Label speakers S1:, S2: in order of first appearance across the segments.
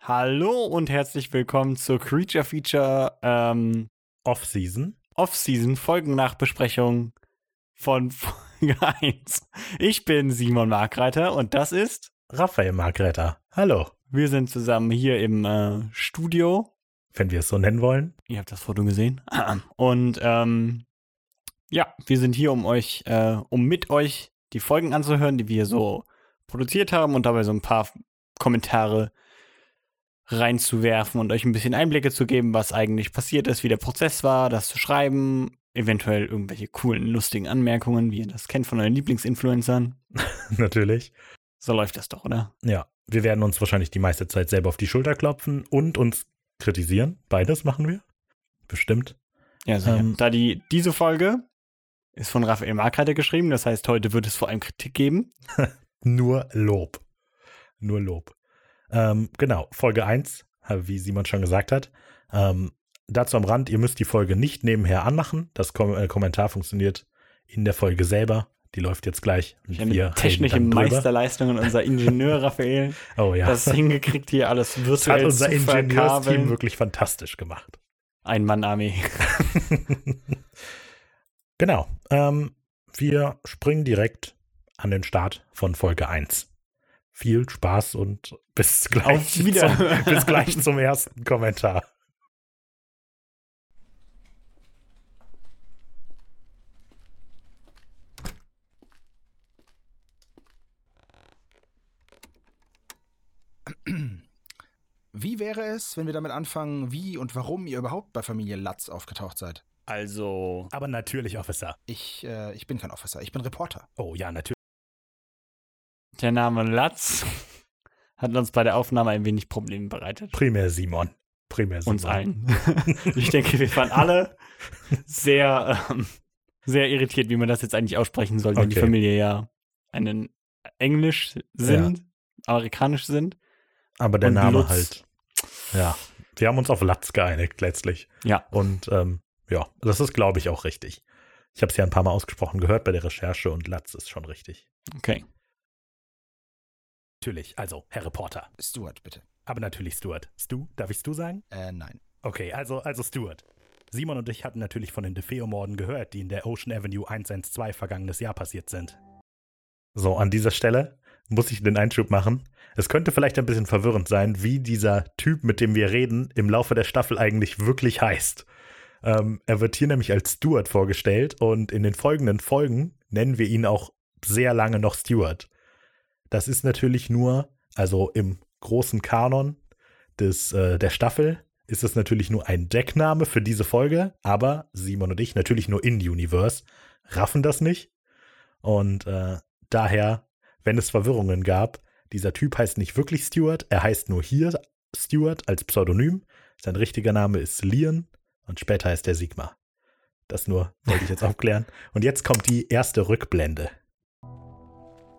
S1: Hallo und herzlich willkommen zur Creature Feature ähm,
S2: Off-Season.
S1: Off-Season Folgennachbesprechung von Folge 1. Ich bin Simon Markreiter und das ist,
S2: Raphael Markretter. Hallo,
S1: wir sind zusammen hier im äh, Studio.
S2: wenn wir es so nennen wollen.
S1: Ihr habt das Foto gesehen. Und ähm, ja, wir sind hier, um euch, äh, um mit euch die Folgen anzuhören, die wir so produziert haben und dabei so ein paar Kommentare reinzuwerfen und euch ein bisschen Einblicke zu geben, was eigentlich passiert ist, wie der Prozess war, das zu schreiben, eventuell irgendwelche coolen, lustigen Anmerkungen, wie ihr das kennt von euren Lieblingsinfluencern.
S2: Natürlich.
S1: So läuft das doch, oder?
S2: Ja, wir werden uns wahrscheinlich die meiste Zeit selber auf die Schulter klopfen und uns kritisieren. Beides machen wir. Bestimmt.
S1: Ja, sicher.
S2: Ähm,
S1: da die, diese Folge ist von Raphael Markreiter geschrieben, das heißt, heute wird es vor allem Kritik geben.
S2: Nur Lob. Nur Lob. Ähm, genau, Folge 1, wie Simon schon gesagt hat. Ähm, dazu am Rand, ihr müsst die Folge nicht nebenher anmachen. Das Kom äh, Kommentar funktioniert in der Folge selber. Die läuft jetzt gleich. Und
S1: Ja,
S2: wir
S1: mit
S2: reden
S1: technische
S2: dann drüber.
S1: Meisterleistungen unser Ingenieur Raphael,
S2: Oh ja.
S1: das hingekriegt hier alles
S2: das hat
S1: virtuell
S2: unser
S1: zu
S2: Ingenieursteam
S1: verkabeln.
S2: wirklich fantastisch gemacht.
S1: Ein Mann Armee.
S2: genau. Ähm, wir springen direkt an den Start von Folge 1. Viel Spaß und bis
S1: Auf
S2: gleich, zum,
S1: wieder.
S2: bis gleich zum ersten Kommentar.
S3: Wie wäre es, wenn wir damit anfangen, wie und warum ihr überhaupt bei Familie Latz aufgetaucht seid?
S1: Also,
S2: Aber natürlich, Officer.
S3: Ich, äh, ich bin kein Officer, ich bin Reporter.
S2: Oh ja, natürlich.
S1: der Name Latz hat uns bei der Aufnahme ein wenig Probleme bereitet.
S2: Primär Simon. Primär Simon.
S1: Uns allen. Ich denke, wir waren alle sehr, ähm, sehr irritiert, wie man das jetzt eigentlich aussprechen soll, denn die
S2: Okay.
S1: Familie ja einen Englisch sind, amerikanisch sind.
S2: Aber der
S1: Und
S2: Name
S1: Lutz.
S2: halt. Ja. Wir haben uns auf Latz geeinigt, letztlich.
S1: Ja.
S2: Und ähm, ja, das ist, glaube ich, auch richtig. Ich habe es ja ein paar Mal ausgesprochen gehört bei der Recherche und Latz ist schon richtig.
S1: Okay.
S2: Natürlich, also Herr Reporter.
S3: Stuart, bitte.
S2: Aber natürlich Stuart. Stu, darf ich Stu sagen?
S3: Äh, nein.
S2: Okay, also, also Stuart. Simon und ich hatten natürlich von den DeFeo-Morden gehört, die in der Ocean Avenue 112 vergangenes Jahr passiert sind. So, an dieser Stelle muss ich den Einschub machen. Es könnte vielleicht ein bisschen verwirrend sein, wie dieser Typ, mit dem wir reden, im Laufe der Staffel eigentlich wirklich heißt. Ähm, er wird hier nämlich als Stuart vorgestellt und in den folgenden Folgen nennen wir ihn auch sehr lange noch Stuart. Das ist natürlich nur, also im großen Kanon des, äh, der Staffel, ist es natürlich nur ein Deckname für diese Folge, aber Simon und ich, natürlich nur in Universe, raffen das nicht. Und äh, daher, wenn es Verwirrungen gab, dieser Typ heißt nicht wirklich Stuart, er heißt nur hier Stuart als Pseudonym. Sein richtiger Name ist Lian und später heißt er Sigma. Das nur wollte ich jetzt aufklären. Und jetzt kommt die erste Rückblende.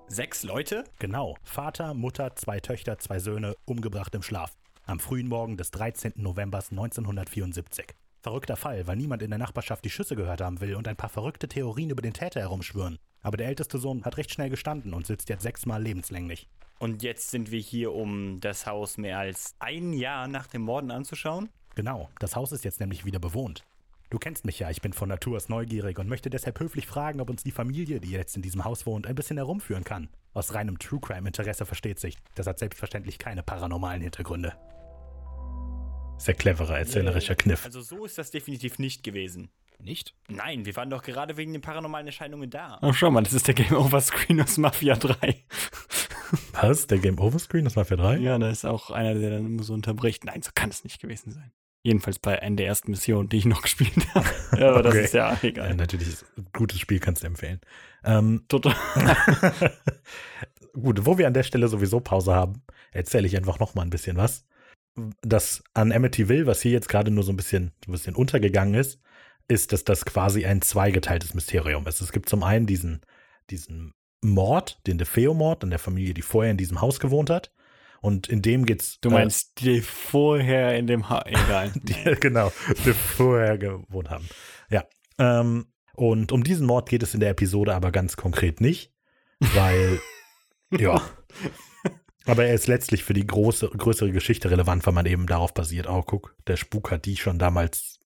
S1: Sechs Leute?
S2: Genau. Vater, Mutter, zwei Töchter, zwei Söhne, umgebracht im Schlaf. Am frühen Morgen des 13. November 1974. Verrückter Fall, weil niemand in der Nachbarschaft die Schüsse gehört haben will und ein paar verrückte Theorien über den Täter herumschwören. Aber der älteste Sohn hat recht schnell gestanden und sitzt jetzt sechsmal lebenslänglich.
S1: Und jetzt sind wir hier, um das Haus mehr als ein Jahr nach dem Morden anzuschauen.
S2: Genau, das Haus ist jetzt nämlich wieder bewohnt. Du kennst mich ja, ich bin von Natur aus neugierig und möchte deshalb höflich fragen, ob uns die Familie, die jetzt in diesem Haus wohnt, ein bisschen herumführen kann. Aus reinem True Crime Interesse versteht sich. Das hat selbstverständlich keine paranormalen Hintergründe. Sehr cleverer erzählerischer Kniff.
S1: Also so ist das definitiv nicht gewesen.
S3: Nicht?
S1: Nein, wir waren doch gerade wegen den paranormalen Erscheinungen da. Oh, schau mal, das ist der Game Over Screen aus Mafia 3.
S2: Was? Der Game Over Screen? Das war für drei?
S1: ja, da ist auch einer, der dann immer so unterbricht. Nein, so kann es nicht gewesen sein. Jedenfalls bei einer der ersten Missionen, die ich noch gespielt habe. Ja, aber das
S2: Okay. Äh,
S1: ist ja
S2: Ja,
S1: egal.
S2: natürlich, ist ein gutes Spiel kannst du empfehlen. Ähm,
S1: Total.
S2: Gut, wo wir an der Stelle sowieso Pause haben, erzähle ich einfach noch mal ein bisschen was. Das an Amityville, was hier jetzt gerade nur so ein bisschen, so ein bisschen untergegangen ist, ist, dass das quasi ein zweigeteiltes Mysterium ist. Es gibt zum einen diesen, diesen Mord, den DeFeo-Mord an der Familie, die vorher in diesem Haus gewohnt hat. Und in dem geht's.
S1: Du meinst, die vorher in dem Haus. Egal.
S2: Die, genau, die vorher gewohnt haben. Ja. Ähm, und um diesen Mord geht es in der Episode aber ganz konkret nicht, weil, ja, Aber er ist letztlich für die große, größere Geschichte relevant, weil man eben darauf basiert, oh, guck, der Spuk hat die schon damals,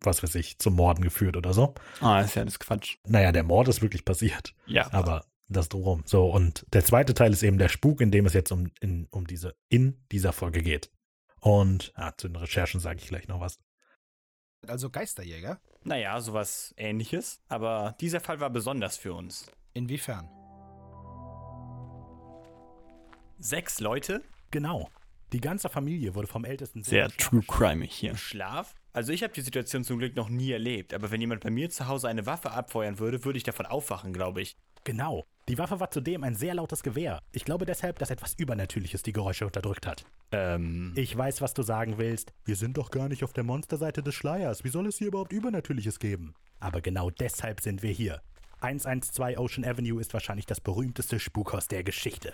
S2: was weiß ich, zum Morden geführt oder so.
S1: Ah, ist ja das Quatsch.
S2: Naja, der Mord ist wirklich passiert,
S1: Ja.
S2: aber das drumherum. So, und der zweite Teil ist eben der Spuk, in dem es jetzt um, in, um diese, in dieser Folge geht. Und ah, zu den Recherchen sage ich gleich noch was.
S3: Also Geisterjäger?
S1: Naja, sowas ähnliches. Aber dieser Fall war besonders für uns.
S3: Inwiefern?
S1: Sechs Leute?
S2: Genau. Die ganze Familie wurde vom ältesten
S1: Sehr
S2: Sohn
S1: true crime hier.
S2: im
S1: Schlaf? Also ich habe die Situation zum Glück noch nie erlebt, aber wenn jemand bei mir zu Hause eine Waffe abfeuern würde, würde ich davon aufwachen, glaube ich.
S2: Genau. Die Waffe war zudem ein sehr lautes Gewehr. Ich glaube deshalb, dass etwas Übernatürliches die Geräusche unterdrückt hat.
S1: Ähm.
S2: Ich weiß, was du sagen willst. Wir sind doch gar nicht auf der Monsterseite des Schleiers. Wie soll es hier überhaupt Übernatürliches geben? Aber genau deshalb sind wir hier. 112 Ocean Avenue ist wahrscheinlich das berühmteste Spukhaus der Geschichte.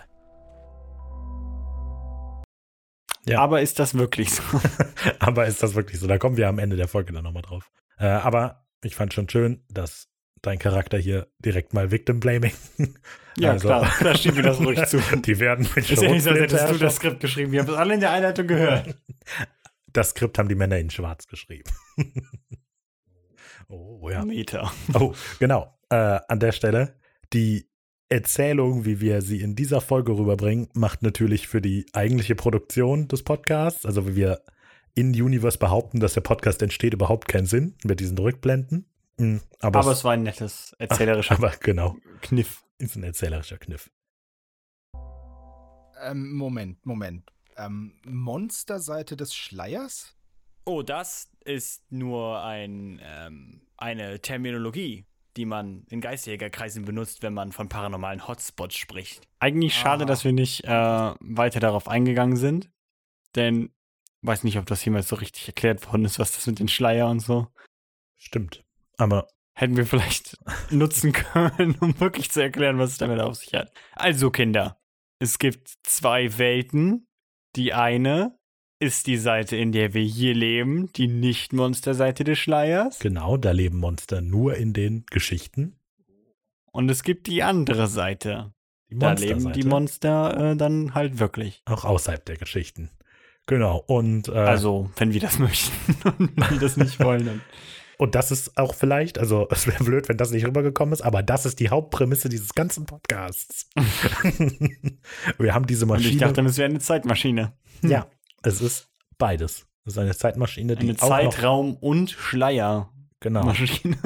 S2: Ja.
S1: Aber ist das wirklich so?
S2: aber ist das wirklich so? Da kommen wir am Ende der Folge dann nochmal drauf. Äh, aber ich fand schon schön, dass dein Charakter hier direkt mal Victim Blaming. Also-
S1: da schieben wir das ruhig zu.
S2: Die werden mit
S1: Ist ja nicht so, als
S2: Schrotflinte
S1: hättest du das
S2: erschossen.
S1: Skript geschrieben. Wir haben es alle in der Einleitung gehört.
S2: Das Skript haben die Männer in Schwarz geschrieben. oh ja.
S1: Meter.
S2: Oh, genau. Äh, an der Stelle, die Erzählung, wie wir sie in dieser Folge rüberbringen, macht natürlich für die eigentliche Produktion des Podcasts, also wie wir in Universe behaupten, dass der Podcast entsteht, überhaupt keinen Sinn mit diesen Rückblenden. Mm, Aber,
S1: Aber
S2: es,
S1: es war ein nettes erzählerischer
S2: aber genau,
S1: Kniff.
S2: ist ein erzählerischer Kniff.
S3: Ähm, Moment, Moment. Ähm, Monsterseite des Schleiers?
S1: Oh, das ist nur ein, ähm, eine Terminologie, die man in Geisterjägerkreisen benutzt, wenn man von paranormalen Hotspots spricht. Eigentlich schade,
S3: Ah.
S1: dass wir nicht äh, weiter darauf eingegangen sind, denn weiß nicht, ob das jemals so richtig erklärt worden ist, was das mit den Schleier und so.
S2: Stimmt. Aber
S1: Hätten wir vielleicht nutzen können, um wirklich zu erklären, was es damit auf sich hat. Also, Kinder, es gibt zwei Welten. Die eine ist die Seite, in der wir hier leben, die Nicht-Monsterseite des Schleiers.
S2: genau, da leben Monster nur in den Geschichten.
S1: Und es gibt die andere Seite.
S2: Die
S1: Da leben die
S2: Monsterseite.
S1: Monster äh, dann halt wirklich.
S2: auch außerhalb der Geschichten. Genau. Und äh,
S1: Also, wenn wir das möchten und wenn wir das nicht wollen. Dann.
S2: Und das ist auch vielleicht, also es wäre blöd, wenn das nicht rübergekommen ist, aber das ist die Hauptprämisse dieses ganzen Podcasts. Wir haben diese
S1: Und
S2: Maschine.
S1: ich dachte, es wäre eine Zeitmaschine.
S2: ja, es ist beides. Es ist eine Zeitmaschine, die
S1: Eine
S2: auch noch,
S1: Zeitraum- und Schleiermaschine.
S2: genau,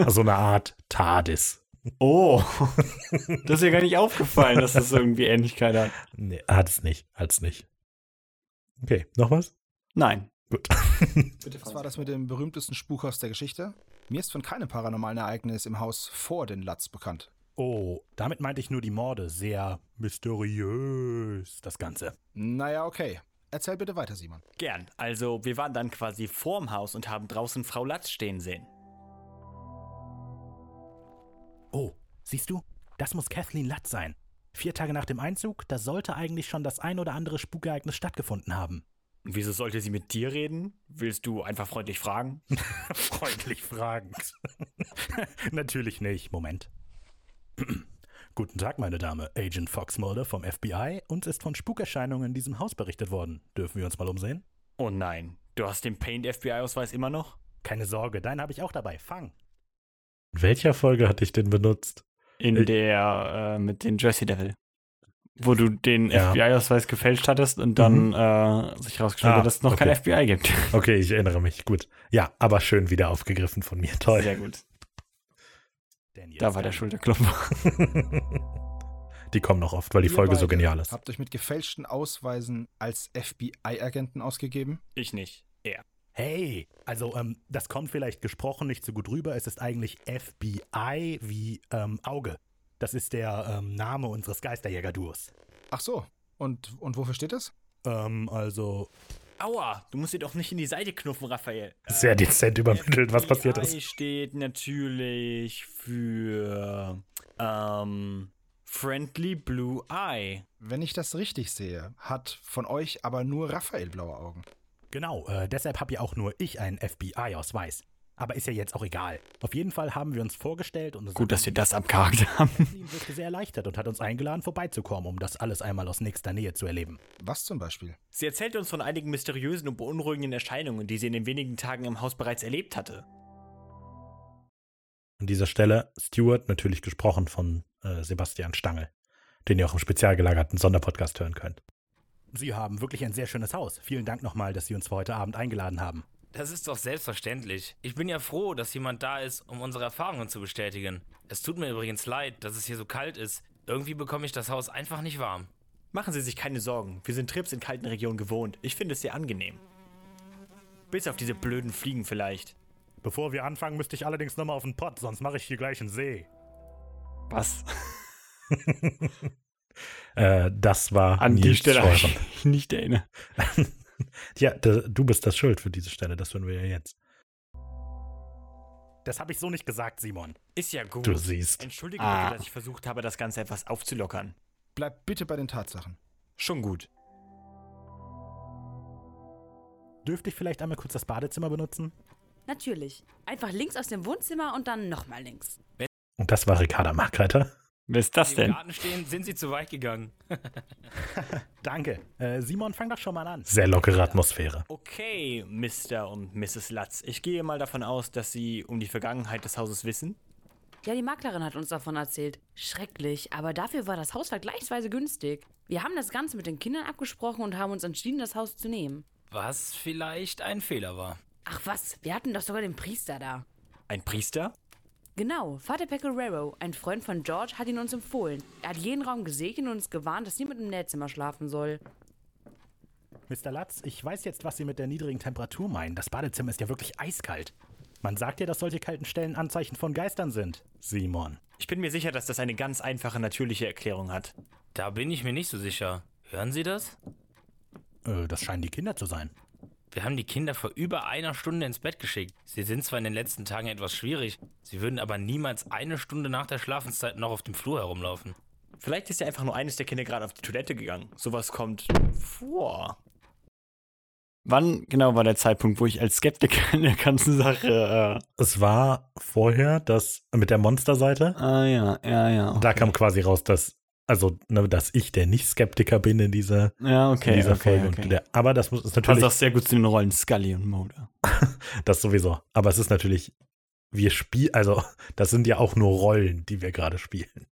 S2: so eine Art TARDIS.
S1: Oh, das ist ja gar nicht aufgefallen, dass das irgendwie Ähnlichkeit hat.
S2: Nee, hat es nicht, hat es nicht. Okay, noch was?
S1: Nein.
S2: Gut.
S3: Was war das mit dem berühmtesten Spukhaus der Geschichte? Mir ist von keinem paranormalen Ereignis im Haus vor den Latz bekannt.
S2: Oh, damit meinte ich nur die Morde, sehr mysteriös das Ganze.
S3: Naja, okay. Erzähl bitte weiter, Simon.
S1: Gern. Also, wir waren dann quasi vorm Haus und haben draußen Frau Latz stehen sehen.
S2: Oh, siehst du? Das muss Kathleen Lutz sein. Vier Tage nach dem Einzug, da sollte eigentlich schon das ein oder andere Spukereignis stattgefunden haben.
S1: Und wieso sollte sie mit dir reden? Willst du einfach freundlich fragen?
S2: Freundlich fragend. Natürlich nicht. Moment. Guten Tag, meine Dame. Agent Fox Mulder vom FBI. Uns ist von Spukerscheinungen in diesem Haus berichtet worden. Dürfen wir uns mal umsehen?
S1: Oh nein. Du hast den Paint-FBI-Ausweis immer noch?
S2: Keine Sorge, deinen habe ich auch dabei. Fang. In welcher Folge hatte ich den benutzt?
S1: In
S2: Ich-
S1: der, äh, mit den Jersey Devil. Wo du den
S2: Ja. Mhm.
S1: FBI-Ausweis gefälscht hattest und dann äh, sich rausgestellt
S2: Ah,
S1: hat, dass es noch kein
S2: okay.
S1: FBI gibt.
S2: Okay, ich erinnere mich. Gut. Ja, aber schön wieder aufgegriffen von mir. Toll.
S1: Sehr gut. Da war der Schulterklopfer.
S2: Die kommen noch oft, weil die
S3: Ihr
S2: Folge so
S3: beide
S2: genial ist.
S3: Habt euch mit gefälschten Ausweisen als FBI-Agenten ausgegeben?
S1: Ich nicht. Er.
S2: Hey, also ähm, das kommt vielleicht gesprochen nicht so gut rüber. Es ist eigentlich FBI wie ähm, Auge. Das ist der ähm, Name unseres Geisterjägerduos.
S3: Ach so. Und, und wofür steht das?
S2: Ähm, also
S1: Aua, du musst dir doch nicht in die Seite knuffen, Raphael. Äh,
S2: sehr dezent übermittelt, was passiert ist.
S1: FBI steht natürlich für ähm, Friendly Blue Eye.
S3: Wenn ich das richtig sehe, hat von euch aber nur Raphael blaue Augen.
S2: Genau, äh, deshalb habe ja auch nur ich einen FBI-Ausweis. Aber ist ja jetzt auch egal. Auf jeden Fall haben wir uns vorgestellt und
S1: Gut, dass wir das abgehakt haben.
S2: Kathleen wirkte sehr erleichtert und hat uns eingeladen, vorbeizukommen, um das alles einmal aus nächster Nähe zu erleben.
S3: Was zum Beispiel?
S1: Sie erzählte uns von einigen mysteriösen und beunruhigenden Erscheinungen, die sie in den wenigen Tagen im Haus bereits erlebt hatte.
S2: An dieser Stelle Stuart, natürlich gesprochen von äh, Sebastian Stangl, den ihr auch im spezial gelagerten Sonderpodcast hören könnt. Sie haben wirklich ein sehr schönes Haus. Vielen Dank nochmal, dass Sie uns für heute Abend eingeladen haben.
S4: Das ist doch selbstverständlich. Ich bin ja froh, dass jemand da ist, um unsere Erfahrungen zu bestätigen. Es tut mir übrigens leid, dass es hier so kalt ist. Irgendwie bekomme ich das Haus einfach nicht warm.
S1: Machen Sie sich keine Sorgen, wir sind Trips in kalten Regionen gewohnt. Ich finde es sehr angenehm. Bis auf diese blöden Fliegen vielleicht.
S2: Bevor wir anfangen, müsste ich allerdings nochmal auf den Pott, sonst mache ich hier gleich einen See.
S1: Was?
S2: Äh, das war
S1: An die
S2: Nils
S1: Stelle
S2: Scheuren.
S1: hab ich mich nicht erinnere.
S2: Ja, da, du bist das Schuld für diese Stelle, das hören wir ja jetzt. Das habe ich so nicht gesagt, Simon.
S1: Ist ja gut.
S2: Du siehst.
S1: Entschuldige
S3: Ah.
S1: bitte, Genau, also, dass ich versucht habe, das Ganze etwas aufzulockern.
S3: Bleib bitte bei den Tatsachen.
S1: Schon gut.
S2: Dürfte ich vielleicht einmal kurz das Badezimmer benutzen?
S5: Natürlich. Einfach links aus dem Wohnzimmer und dann nochmal links.
S2: Und das war Ricarda Markleiter.
S1: Wer ist das
S4: Die im
S1: denn?
S4: Garten stehen, sind sie zu weit gegangen.
S2: Danke. Äh, Simon, fang doch schon mal an. Sehr lockere Atmosphäre.
S1: Okay, Mr. und Mrs. Latz. Ich gehe mal davon aus, dass Sie um die Vergangenheit des Hauses wissen.
S5: Ja, die Maklerin hat uns davon erzählt. Schrecklich, aber dafür war das Haus vergleichsweise günstig. Wir haben das Ganze mit den Kindern abgesprochen und haben uns entschieden, das Haus zu nehmen.
S4: Was vielleicht ein Fehler war.
S5: Ach was, wir hatten doch sogar den Priester da.
S1: Ein Priester?
S5: Genau, Vater Pecoraro, ein Freund von George, hat ihn uns empfohlen. Er hat jeden Raum gesegnet und uns gewarnt, dass niemand im Nähzimmer schlafen soll.
S2: Mr. Latz, ich weiß jetzt, was Sie mit der niedrigen Temperatur meinen. Das Badezimmer ist ja wirklich eiskalt. Man sagt ja, dass solche kalten Stellen Anzeichen von Geistern sind. Simon.
S1: Ich bin mir sicher, dass das eine ganz einfache, natürliche Erklärung hat.
S4: Da bin ich mir nicht so sicher. Hören Sie das?
S2: Äh, das scheinen die Kinder zu sein.
S4: Wir haben die Kinder vor über einer Stunde ins Bett geschickt. Sie sind zwar in den letzten Tagen etwas schwierig, sie würden aber niemals eine Stunde nach der Schlafenszeit noch auf dem Flur herumlaufen.
S1: Vielleicht ist ja einfach nur eines der Kinder gerade auf die Toilette gegangen. Sowas kommt vor. Wann genau war der Zeitpunkt, wo ich als Skeptiker in der ganzen Sache. äh,
S2: Es war vorher das mit der Monsterseite.
S1: Äh, ah, ja, ja, ja.
S2: Da kam quasi raus, dass, also, ne, dass ich der Nicht-Skeptiker bin in dieser,
S1: ja,
S2: in
S1: okay.
S2: dieser
S1: okay,
S2: Folge.
S1: okay. Also
S2: Und der, aber das muss, ist
S1: Passt
S2: natürlich,
S1: auch sehr gut zu den Rollen Scully und Mulder.
S2: das sowieso. Aber es ist natürlich, wir spielen, also, das sind ja auch nur Rollen, die wir gerade spielen.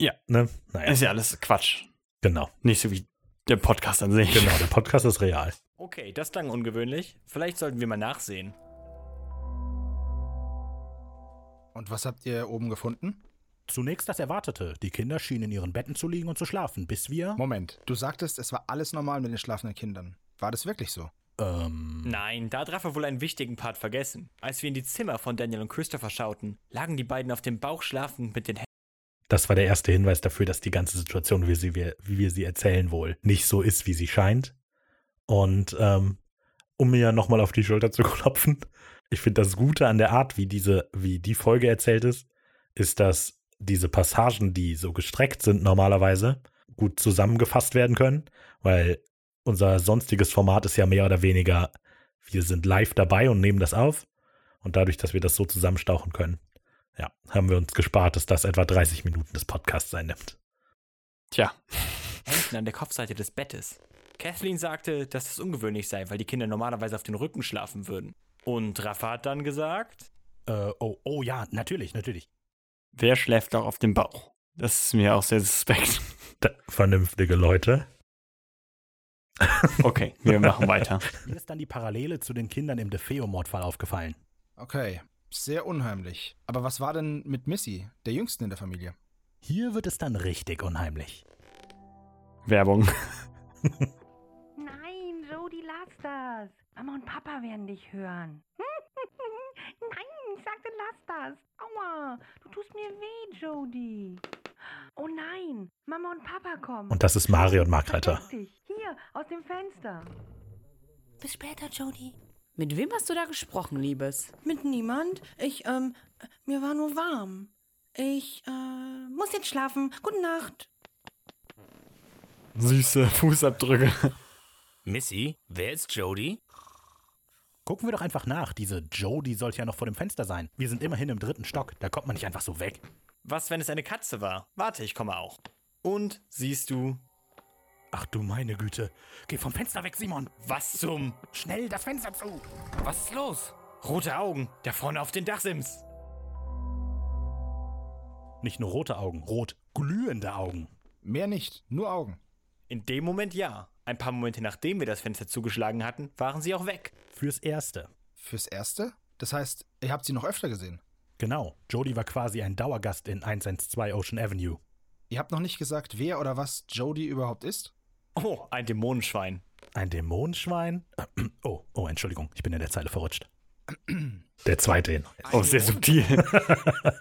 S1: Ja. Also-
S2: Ne? Naja,
S1: Ist ja alles Quatsch.
S2: genau.
S1: Nicht so wie der Podcast an sich.
S2: Genau, der Podcast ist real.
S1: Okay, das klang ungewöhnlich. Vielleicht sollten wir mal nachsehen.
S3: Und was habt ihr oben gefunden?
S2: Zunächst das Erwartete. Die Kinder schienen in ihren Betten zu liegen und zu schlafen, bis wir.
S3: Moment, du sagtest, es war alles normal mit den schlafenden Kindern. War das wirklich so?
S2: Ähm,
S1: Nein, da traf er wohl einen wichtigen Part vergessen. Als wir in die Zimmer von Daniel und Christopher schauten, lagen die beiden auf dem Bauch schlafend mit den Händen.
S2: das war der erste Hinweis dafür, dass die ganze Situation, wie, sie, wir- wie wir sie erzählen wohl, nicht so ist, wie sie scheint. Und ähm, um mir nochmal auf die Schulter zu klopfen, ich finde das Gute an der Art, wie diese, wie die Folge erzählt ist, ist, dass diese Passagen, die so gestreckt sind normalerweise, gut zusammengefasst werden können, weil unser sonstiges Format ist ja mehr oder weniger, wir sind live dabei und nehmen das auf. Und dadurch, dass wir das so zusammenstauchen können, ja, haben wir uns gespart, dass das etwa 30 Minuten des Podcasts einnimmt.
S1: Tja. Händen an der Kopfseite des Bettes. Kathleen sagte, dass das ungewöhnlich sei, weil die Kinder normalerweise auf den Rücken schlafen würden. Und Rafa hat dann gesagt.
S2: Äh, oh, oh ja, natürlich, natürlich.
S1: Wer schläft auch auf dem Bauch? Das ist mir auch sehr suspekt.
S2: Da, vernünftige Leute.
S1: Okay, wir machen weiter.
S2: Mir ist dann die Parallele zu den Kindern im DeFeo-Mordfall aufgefallen.
S3: Okay, sehr unheimlich. Aber was war denn mit Missy, der Jüngsten in der Familie?
S2: Hier wird es dann richtig unheimlich.
S1: Werbung.
S6: Nein, Jody, lass das. Mama und Papa werden dich hören. nein, ich sagte, lass das. Aua, du tust mir weh, Jody. Oh nein, Mama und Papa kommen.
S2: Und das ist Mario und Markreiter.
S6: Versteck dich. Hier, aus dem Fenster.
S7: Bis später, Jody.
S5: Mit wem hast du da gesprochen, Liebes?
S7: Mit niemand. Ich, ähm, mir war nur warm. Ich, äh, muss jetzt schlafen. Gute Nacht.
S1: Süße Fußabdrücke.
S4: Missy, wer ist Jody?
S2: Gucken wir doch einfach nach. Diese Jodie sollte ja noch vor dem Fenster sein. Wir sind immerhin im dritten Stock. Da kommt man nicht einfach so weg.
S1: Was, wenn es eine Katze war? Warte, ich komme auch. Und siehst du.
S2: Ach du meine Güte. Geh vom Fenster weg, Simon.
S1: Was zum.
S2: Schnell das Fenster zu.
S4: Was ist los?
S1: Rote Augen, da vorne auf den Dachsims.
S2: Nicht nur rote Augen, rot glühende Augen.
S3: Mehr nicht, nur Augen.
S1: In dem Moment ja. Ein paar Momente nachdem wir das Fenster zugeschlagen hatten, waren sie auch weg.
S2: Fürs Erste.
S3: Fürs Erste? Das heißt, ihr habt sie noch öfter gesehen.
S2: Genau, Jody war quasi ein Dauergast in 112 Ocean Avenue.
S3: Ihr habt noch nicht gesagt, wer oder was Jody überhaupt ist?
S1: Oh, ein Dämonenschwein.
S2: Ein Dämonenschwein? Oh, oh, Entschuldigung, ich bin in der Zeile verrutscht. Der zweite hin.
S1: Oh, sehr subtil.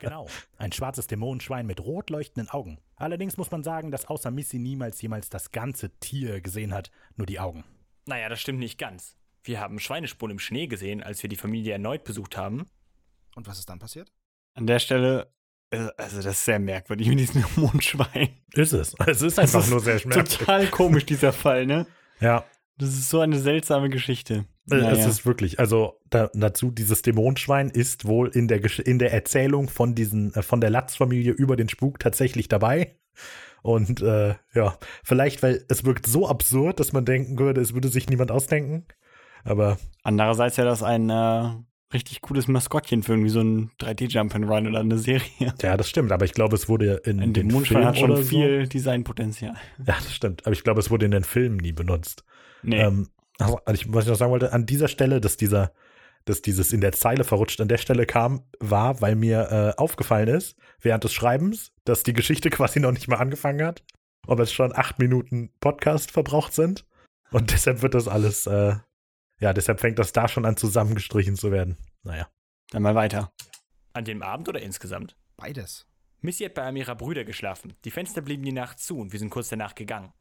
S2: Genau. Ein schwarzes Dämonenschwein mit rot leuchtenden Augen. Allerdings muss man sagen, dass außer Missy niemals jemals das ganze Tier gesehen hat, nur die Augen.
S1: naja, das stimmt nicht ganz. Wir haben Schweinespuren im Schnee gesehen, als wir die Familie erneut besucht haben.
S3: Und was ist dann passiert?
S1: An der Stelle, äh, also das ist sehr merkwürdig mit diesem Dämonenschwein.
S2: Ist es. Es ist
S1: Das
S2: einfach
S1: ist
S2: nur sehr schmerzhaft.
S1: Total komisch, dieser Fall, ne?
S2: Ja,
S1: Das ist so eine seltsame Geschichte.
S2: Äh,
S1: Naja.
S2: Es ist wirklich, also da, dazu, dieses Dämonenschwein ist wohl in der, Gesch- in der Erzählung von, diesen, äh, von der Latz-Familie über den Spuk tatsächlich dabei. Und äh, ja, vielleicht, weil es wirkt so absurd, dass man denken würde, es würde sich niemand ausdenken. Aber
S1: Andererseits wäre das ein äh, richtig cooles Maskottchen für irgendwie so ein 3D-Jump'n'Run oder eine Serie.
S2: ja, das stimmt. Aber ich glaube, es wurde in
S1: Ein
S2: den
S1: Dämonenschwein hat
S2: Filmen
S1: schon
S2: oder
S1: viel Designpotenzial.
S2: So. Ja, das stimmt. Aber ich glaube, es wurde in den Filmen nie benutzt.
S1: Nee.
S2: Ähm, also, ich, was ich noch sagen wollte, an dieser Stelle, dass dieser, dass dieses in der Zeile verrutscht an der Stelle kam, war, weil mir äh, aufgefallen ist, während des Schreibens, dass die Geschichte quasi noch nicht mal angefangen hat, aber es schon acht Minuten Podcast verbraucht sind. Und deshalb wird das alles, äh, ja, deshalb fängt das da schon an, zusammengestrichen zu werden. Naja.
S1: Dann mal weiter. An dem Abend oder insgesamt?
S3: Beides.
S1: Missy hat bei einem ihrer Brüder geschlafen. Die Fenster blieben die Nacht zu und wir sind kurz danach gegangen.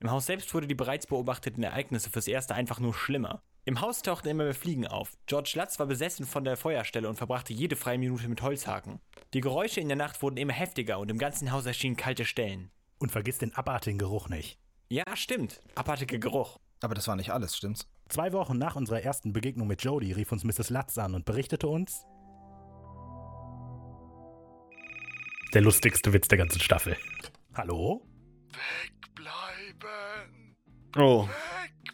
S1: Im Haus selbst wurden die bereits beobachteten Ereignisse fürs Erste einfach nur schlimmer. Im Haus tauchten immer mehr Fliegen auf. George Latz war besessen von der Feuerstelle und verbrachte jede freie Minute mit Holzhaken. Die Geräusche in der Nacht wurden immer heftiger und im ganzen Haus erschienen kalte Stellen.
S2: Und vergiss den abartigen Geruch nicht.
S1: Ja, stimmt. Abartiger Geruch.
S3: Aber das war nicht alles, stimmt's?
S2: Zwei Wochen nach unserer ersten Begegnung mit Jody rief uns Mrs. Lutz an und berichtete uns. Der lustigste Witz der ganzen Staffel. Hallo?
S8: Wegbleiben!
S1: Oh.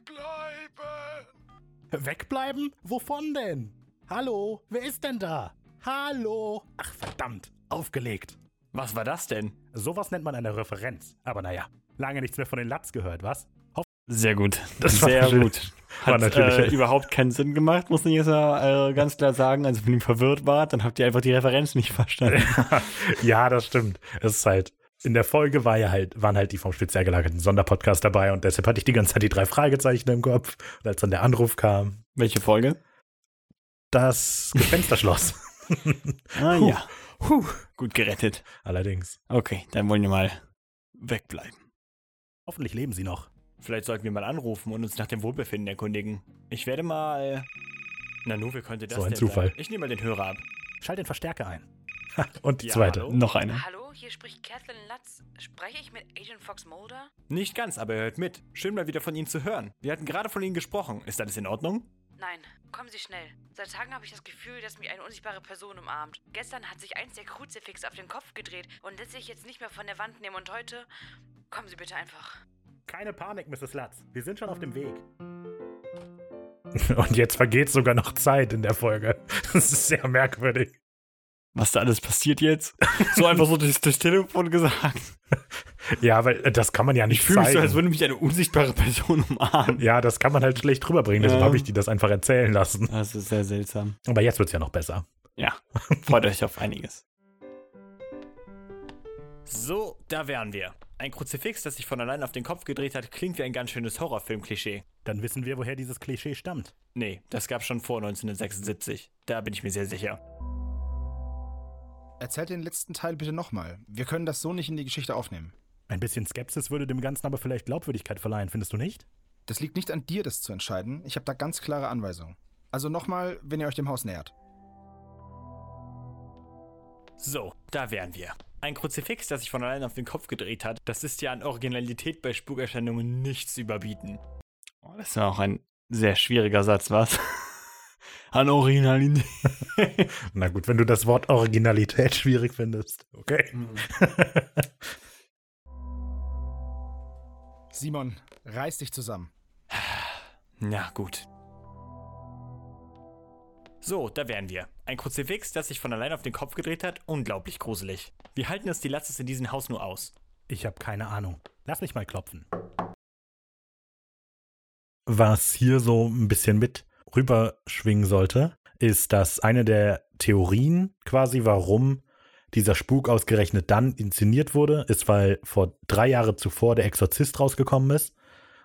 S8: Wegbleiben!
S2: Wegbleiben? Wovon denn? Hallo? Wer ist denn da? Hallo? Ach verdammt, aufgelegt.
S1: Was war das denn?
S2: Sowas nennt man eine Referenz. Aber naja, lange nichts mehr von den Lutz gehört, was?
S1: Sehr gut.
S2: Das war
S1: Sehr
S2: natürlich-
S1: gut.
S2: war
S1: Hat
S2: natürlich-
S1: äh, überhaupt keinen Sinn gemacht, muss ich jetzt mal äh, ganz klar sagen. Also, wenn ihr verwirrt wart, dann habt ihr einfach die Referenz nicht verstanden.
S2: ja, das stimmt. Es ist halt. In der Folge war ja halt, waren halt die vom speziell gelagerten Sonderpodcast dabei und deshalb hatte ich die ganze Zeit die drei Fragezeichen im Kopf. Und als dann der Anruf kam,
S1: Welche Folge?
S2: das Fensterschloss.
S1: Ah,
S2: Puh.
S1: ja.
S2: Puh.
S1: Gut gerettet.
S2: Allerdings.
S1: Okay, dann wollen wir mal wegbleiben.
S2: Hoffentlich leben sie noch.
S1: Vielleicht sollten wir mal anrufen und uns nach dem Wohlbefinden erkundigen. Ich werde mal. Nanu, wer könnte das
S2: So ein
S1: denn
S2: Zufall.
S1: Sein? Ich nehme mal den Hörer ab.
S2: Schalt den Verstärker ein. Ha, und die
S1: Ja,
S2: zweite.
S1: hallo? Noch eine.
S5: Hallo, hier spricht Kathleen Lutz. Spreche ich mit Agent Fox Mulder?
S1: Nicht ganz, aber er hört mit. Schön mal wieder von Ihnen zu hören. Wir hatten gerade von Ihnen gesprochen. Ist alles in Ordnung?
S5: Nein, kommen Sie schnell. Seit Tagen habe ich das Gefühl, dass mich eine unsichtbare Person umarmt. Gestern hat sich eins der Kruzifix auf den Kopf gedreht und lässt sich jetzt nicht mehr von der Wand nehmen. Und heute. Kommen Sie bitte einfach.
S2: Keine Panik, Mrs. Lutz. Wir sind schon auf dem Weg. Und jetzt vergeht sogar noch Zeit in der Folge. Das ist sehr merkwürdig.
S1: Was da alles passiert jetzt? So einfach so durchs, durchs Telefon gesagt.
S2: Ja, weil äh, das kann man ja nicht
S1: Ich fühle mich so,
S2: zeigen.
S1: als würde mich eine unsichtbare Person umarmen.
S2: ja, das kann man halt schlecht rüberbringen, deshalb
S1: Ja.
S2: habe ich die das einfach erzählen lassen.
S1: Das ist sehr seltsam.
S2: Aber jetzt wird's ja noch besser.
S1: Ja, freut euch auf einiges. So, da wären wir. Ein Kruzifix, das sich von allein auf den Kopf gedreht hat, klingt wie ein ganz schönes Horrorfilm-Klischee.
S2: Dann wissen wir, woher dieses Klischee stammt.
S1: Nee, das gab's schon vor 1976. Da bin ich mir sehr sicher.
S3: Erzählt den letzten Teil bitte nochmal. Wir können das so nicht in die Geschichte aufnehmen.
S2: Ein bisschen Skepsis würde dem Ganzen aber vielleicht Glaubwürdigkeit verleihen, findest du nicht?
S3: Das liegt nicht an dir, das zu entscheiden. Ich habe da ganz klare Anweisungen. Also nochmal, wenn ihr euch dem Haus nähert.
S1: So, da wären wir. Ein Kruzifix, das sich von allein auf den Kopf gedreht hat, das ist ja an Originalität bei Spukerscheinungen nichts zu überbieten. Oh, das war auch ein sehr schwieriger Satz, was? an Originalität.
S2: Na gut, wenn du das Wort Originalität schwierig findest. Mhm. Okay.
S3: Simon, reiß dich zusammen.
S1: Na gut. So, da wären wir. Ein Kruzifix, das sich von allein auf den Kopf gedreht hat, unglaublich gruselig. Wie halten es die Latzes in diesem Haus nur aus?
S2: Ich habe keine Ahnung. Lass mich mal klopfen. Was hier so ein bisschen mit rüberschwingen sollte, ist, dass eine der Theorien quasi, warum dieser Spuk ausgerechnet dann inszeniert wurde, ist, weil vor drei Jahren zuvor der Exorzist rausgekommen ist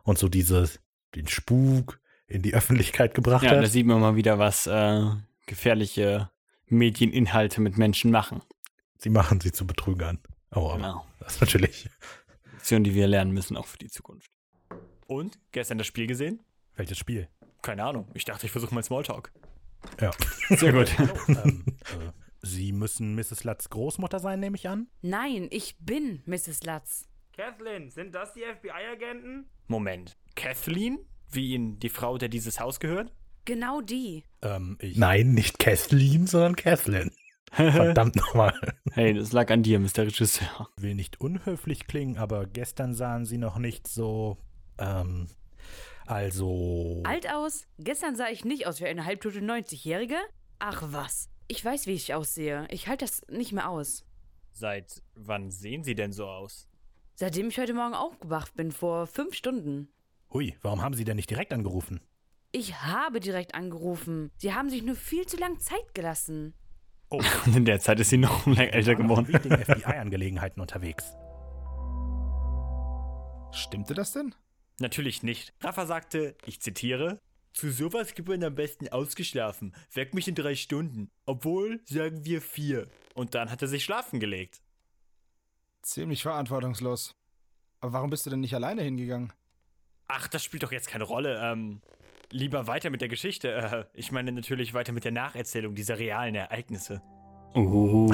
S2: und so dieses, den Spuk in die Öffentlichkeit gebracht
S1: Ja, da
S2: hat.
S1: sieht man mal wieder, was äh, gefährliche Medieninhalte mit Menschen machen.
S2: Sie machen sie zu Betrügern. Oh, aber
S1: Genau.
S2: das ist natürlich.
S1: Lektion, die wir lernen müssen, auch für die Zukunft. Und? Gestern das Spiel gesehen?
S2: Welches Spiel?
S1: Keine Ahnung. Ich dachte, ich versuche mal Smalltalk.
S2: Ja.
S1: Sehr gut.
S2: Ähm, äh, Sie müssen Mrs. Latz Großmutter sein, nehme ich an.
S5: Nein, ich bin Mrs. Lutz.
S4: Kathleen, sind das die FBI-Agenten?
S1: Moment. Kathleen? Wie ihn die Frau, der dieses Haus gehört?
S5: Genau die.
S2: Ähm, ich Nein, nicht Kathleen, sondern Kathleen. Verdammt nochmal.
S1: Hey, das lag an dir, Mr. Regisseur.
S2: Will nicht unhöflich klingen, aber gestern sahen sie noch nicht so. Ähm, also.
S5: Alt aus? Gestern sah ich nicht aus wie eine halbtote 90-Jährige. Ach was. Ich weiß, wie ich aussehe. Ich halte das nicht mehr aus.
S1: Seit wann sehen Sie denn so aus?
S5: Seitdem ich heute Morgen aufgewacht bin, vor fünf Stunden.
S2: Hui, warum haben sie denn nicht direkt angerufen?
S5: Ich habe direkt angerufen. Sie haben sich nur viel zu lange Zeit gelassen.
S1: Und Oh. in der Zeit ist sie noch älter
S2: War noch in
S1: geworden.
S2: wichtigen FBI-Angelegenheiten unterwegs.
S3: Stimmte das denn?
S1: Natürlich nicht. Rafa sagte, ich zitiere, zu sowas gibt man am besten ausgeschlafen. Weck mich in drei Stunden. Obwohl, sagen wir vier. Und dann hat er sich schlafen gelegt.
S3: Ziemlich verantwortungslos. Aber warum bist du denn nicht alleine hingegangen?
S1: Ach, das spielt doch jetzt keine Rolle. Ähm, lieber weiter mit der Geschichte. Äh, ich meine natürlich weiter mit der Nacherzählung dieser realen Ereignisse. Oh.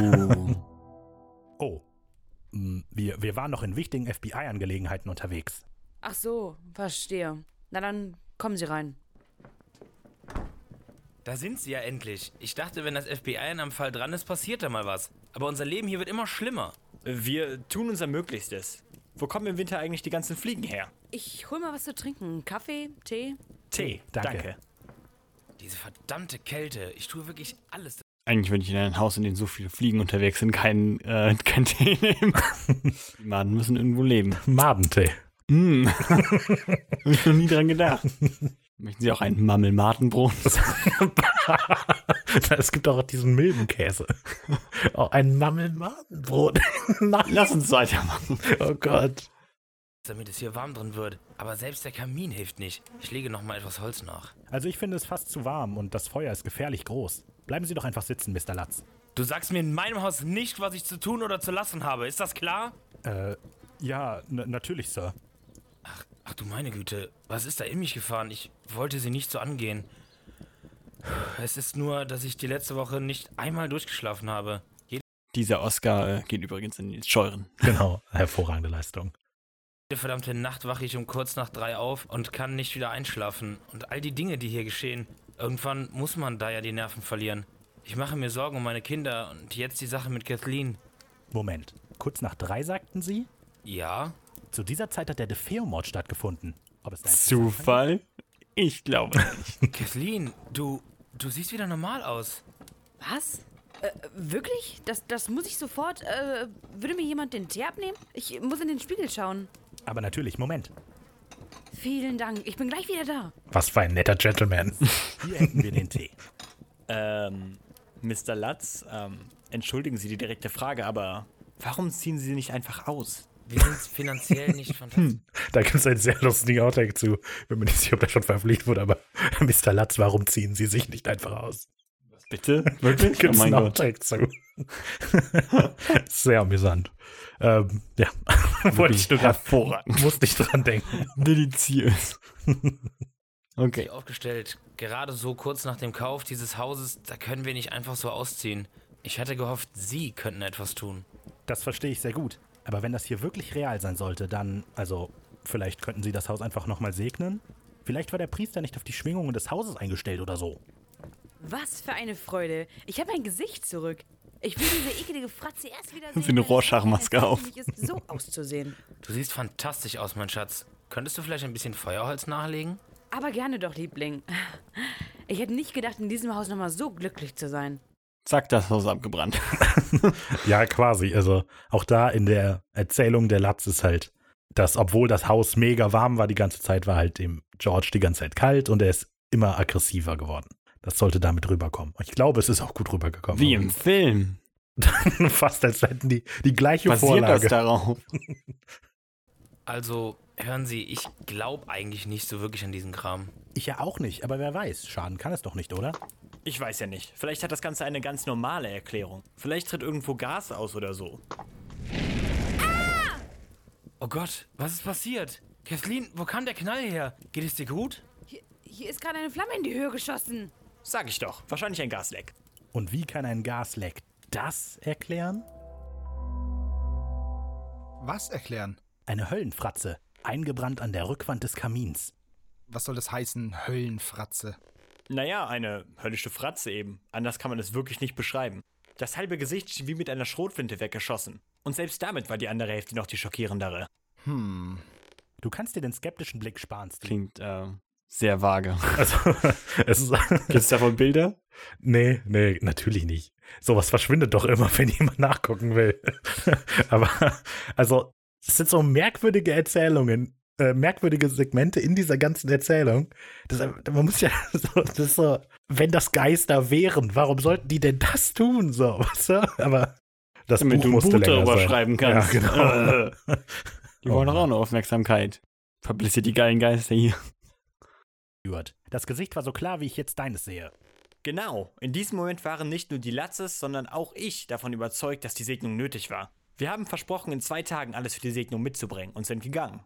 S2: Oh. Hm, Wir, wir waren noch in wichtigen FBI-Angelegenheiten unterwegs.
S5: Ach so, verstehe. Na dann kommen Sie rein.
S4: Da sind sie ja endlich. Ich dachte, wenn das FBI an einem Fall dran ist, passiert da mal was. Aber unser Leben hier wird immer schlimmer.
S1: wir tun unser Möglichstes. Wo kommen im Winter eigentlich die ganzen Fliegen her?
S5: Ich hol mal was zu trinken. Kaffee, Tee.
S1: Tee,
S2: Danke.
S4: Diese verdammte Kälte. Ich tue wirklich alles.
S1: Eigentlich würde ich in ein Haus, in dem so viele Fliegen unterwegs sind, keinen äh, kein Tee nehmen. die Maden müssen irgendwo leben.
S2: Mabentee.
S1: Hm. Hab ich noch nie dran gedacht. Möchten Sie auch ein Marmelmadenbrot?
S2: es gibt auch diesen Milbenkäse. Auch ein Mammelmadenbrot. Nein.
S1: Lass uns weitermachen.
S2: Oh Gott.
S4: damit es hier warm drin wird. Aber selbst der Kamin hilft nicht. Ich lege noch mal etwas Holz nach.
S2: Also ich finde es fast zu warm und das Feuer ist gefährlich groß. Bleiben Sie doch einfach sitzen, Mr. Latz.
S4: Du sagst mir in meinem Haus nicht, was ich zu tun oder zu lassen habe. Ist das klar?
S2: Äh, ja, na- natürlich, Sir.
S4: Ach du meine Güte, was ist da in mich gefahren? Ich wollte sie nicht so angehen. Es ist nur, dass ich die letzte Woche nicht einmal durchgeschlafen habe. Jede
S1: Dieser Oscar äh, geht übrigens in die Scheuren.
S2: Genau, hervorragende Leistung.
S4: verdammte Nacht wache ich um kurz nach drei auf und kann nicht wieder einschlafen. Und all die Dinge, die hier geschehen. Irgendwann muss man da ja die Nerven verlieren. Ich mache mir Sorgen um meine Kinder und jetzt die Sache mit Kathleen.
S2: Moment, kurz nach drei sagten Sie,
S4: Ja?
S2: zu dieser Zeit hat der Defeo-Mord stattgefunden. Ob es ein
S1: Zufall? Ich glaube.
S4: Kathleen, du, du siehst wieder normal aus.
S5: Was? Äh, wirklich? Das, das muss ich sofort. Äh, würde mir jemand den Tee abnehmen? Ich muss in den Spiegel schauen.
S2: Aber natürlich, Moment.
S5: Vielen Dank. Ich bin gleich wieder da.
S2: Was für ein netter Gentleman. Hier hätten wir den Tee.
S1: Ähm, Mr. Latz, ähm, entschuldigen Sie die direkte Frage, aber warum ziehen Sie nicht einfach aus?
S4: Wir sind finanziell nicht fantastisch.
S2: Da gibt es einen sehr lustigen Outtake zu. Bin mir nicht sicher, ob der schon veröffentlicht wurde, aber Mr. Latz, warum ziehen Sie sich nicht einfach aus?
S1: Bitte? Wirklich?
S2: Gibt's
S1: oh mein
S2: einen
S1: Gott.
S2: Outtake zu. sehr amüsant. Ähm, ja, wollte ich nur grad,
S1: hervorragend.
S2: musste ich dran denken.
S1: Deliziös. Okay.
S4: aufgestellt. Gerade so kurz nach dem Kauf dieses Hauses, da können wir nicht einfach so ausziehen. Ich hatte gehofft, Sie könnten etwas tun.
S2: Das verstehe ich sehr gut. Aber wenn das hier wirklich real sein sollte, dann, also, vielleicht könnten Sie das Haus einfach nochmal segnen? Vielleicht war der Priester nicht auf die Schwingungen des Hauses eingestellt oder so.
S5: Was für eine Freude. Ich habe mein Gesicht zurück. Ich will diese ekelige Fratze erst wieder
S8: Sie
S5: sehen.
S8: eine Rorschach-Maske auf.
S5: Es ist so auszusehen.
S4: Du siehst fantastisch aus, mein Schatz. Könntest du vielleicht ein bisschen Feuerholz nachlegen?
S5: Aber gerne doch, Liebling. Ich hätte nicht gedacht, in diesem Haus nochmal so glücklich zu sein.
S8: Zack, das Haus abgebrannt.
S2: Ja, quasi. Also auch da in der Erzählung der Latz ist halt, dass obwohl das Haus mega warm war die ganze Zeit, war halt dem George die ganze Zeit kalt und er ist immer aggressiver geworden. Das sollte damit rüberkommen. Und ich glaube, es ist auch gut rübergekommen.
S8: Wie im Film.
S2: Fast als hätten die die gleiche
S8: Basiert das
S2: Vorlage.
S8: darauf?
S4: Also, hören Sie, ich glaube eigentlich nicht so wirklich an diesen Kram.
S2: Ich ja auch nicht, aber wer weiß, schaden kann es doch nicht, oder?
S1: Ich weiß ja nicht. Vielleicht hat das Ganze eine ganz normale Erklärung. Vielleicht tritt irgendwo Gas aus oder so.
S4: Oh Gott, was ist passiert? Kathleen, wo kam der Knall her? Geht es dir gut?
S5: Hier, hier ist gerade eine Flamme in die Höhe geschossen.
S1: Sag ich doch. Wahrscheinlich ein Gasleck.
S2: Und wie kann ein Gasleck das erklären?
S3: Was erklären?
S2: Eine Höllenfratze, eingebrannt an der Rückwand des Kamins.
S3: Was soll das heißen, Höllenfratze?
S1: Naja, eine höllische Fratze eben. Anders kann man es wirklich nicht beschreiben. Das halbe Gesicht schien wie mit einer Schrotflinte weggeschossen. Und selbst damit war die andere Hälfte noch die schockierendere.
S2: Du kannst dir den skeptischen Blick sparen, Steve.
S8: Klingt äh, sehr vage.
S2: Also, es ist.
S8: Gibt es davon Bilder?
S2: Nee, nee, natürlich nicht. Sowas verschwindet doch immer, wenn jemand nachgucken will. Aber, also, es sind so merkwürdige Erzählungen, äh, merkwürdige Segmente in dieser ganzen Erzählung. Das, äh, man muss ja, so, das ist so, wenn das Geister wären, warum sollten die denn das tun? So, weißt du? Aber das
S8: Damit
S2: Buch
S8: du ein
S2: musste
S8: Buch
S2: länger
S8: darüber
S2: sein.
S8: schreiben kannst.
S2: Ja, genau.
S1: Äh,
S2: Oh
S8: Die wollen doch auch nur Aufmerksamkeit. Publiziert die geilen Geister hier.
S2: Stuart, Das Gesicht war so klar, wie ich jetzt deines sehe.
S1: Genau, in diesem Moment waren nicht nur die Latzes, sondern auch ich davon überzeugt, dass die Segnung nötig war. Wir haben versprochen, in zwei Tagen alles für die Segnung mitzubringen und sind gegangen.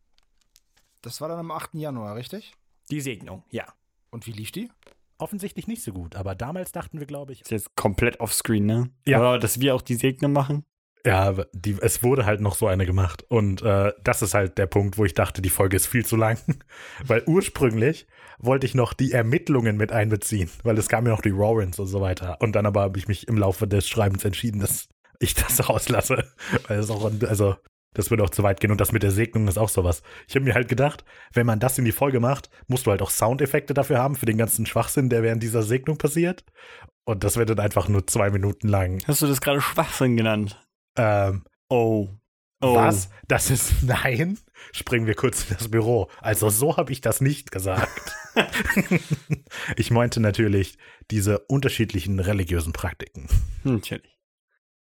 S3: Das war dann am 8. Januar, richtig?
S1: Die Segnung, ja.
S3: Und wie lief die?
S2: Offensichtlich nicht so gut, aber damals dachten wir, glaube ich,
S8: Ist jetzt komplett offscreen, ne?
S2: Ja.
S8: Aber dass wir auch die Segner machen?
S2: Ja, aber die, es wurde halt noch so eine gemacht. Und äh, das ist halt der Punkt, wo ich dachte, die Folge ist viel zu lang. weil ursprünglich wollte ich noch die Ermittlungen mit einbeziehen, weil es kamen ja noch die Warrants und so weiter. Und dann aber habe ich mich im Laufe des Schreibens entschieden, dass ich das rauslasse. Weil es auch, also, das würde auch zu weit gehen. Und das mit der Segnung ist auch sowas. Ich habe mir halt gedacht, wenn man das in die Folge macht, musst du halt auch Soundeffekte dafür haben, für den ganzen Schwachsinn, der während dieser Segnung passiert. Und das wird dann einfach nur zwei Minuten lang.
S8: Hast du das gerade Schwachsinn genannt?
S2: Ähm,
S8: Oh. oh.
S2: Was? Das ist nein? Springen wir kurz in das Büro. Also so habe ich das nicht gesagt. ich meinte natürlich diese unterschiedlichen religiösen Praktiken.
S8: Hm, Natürlich.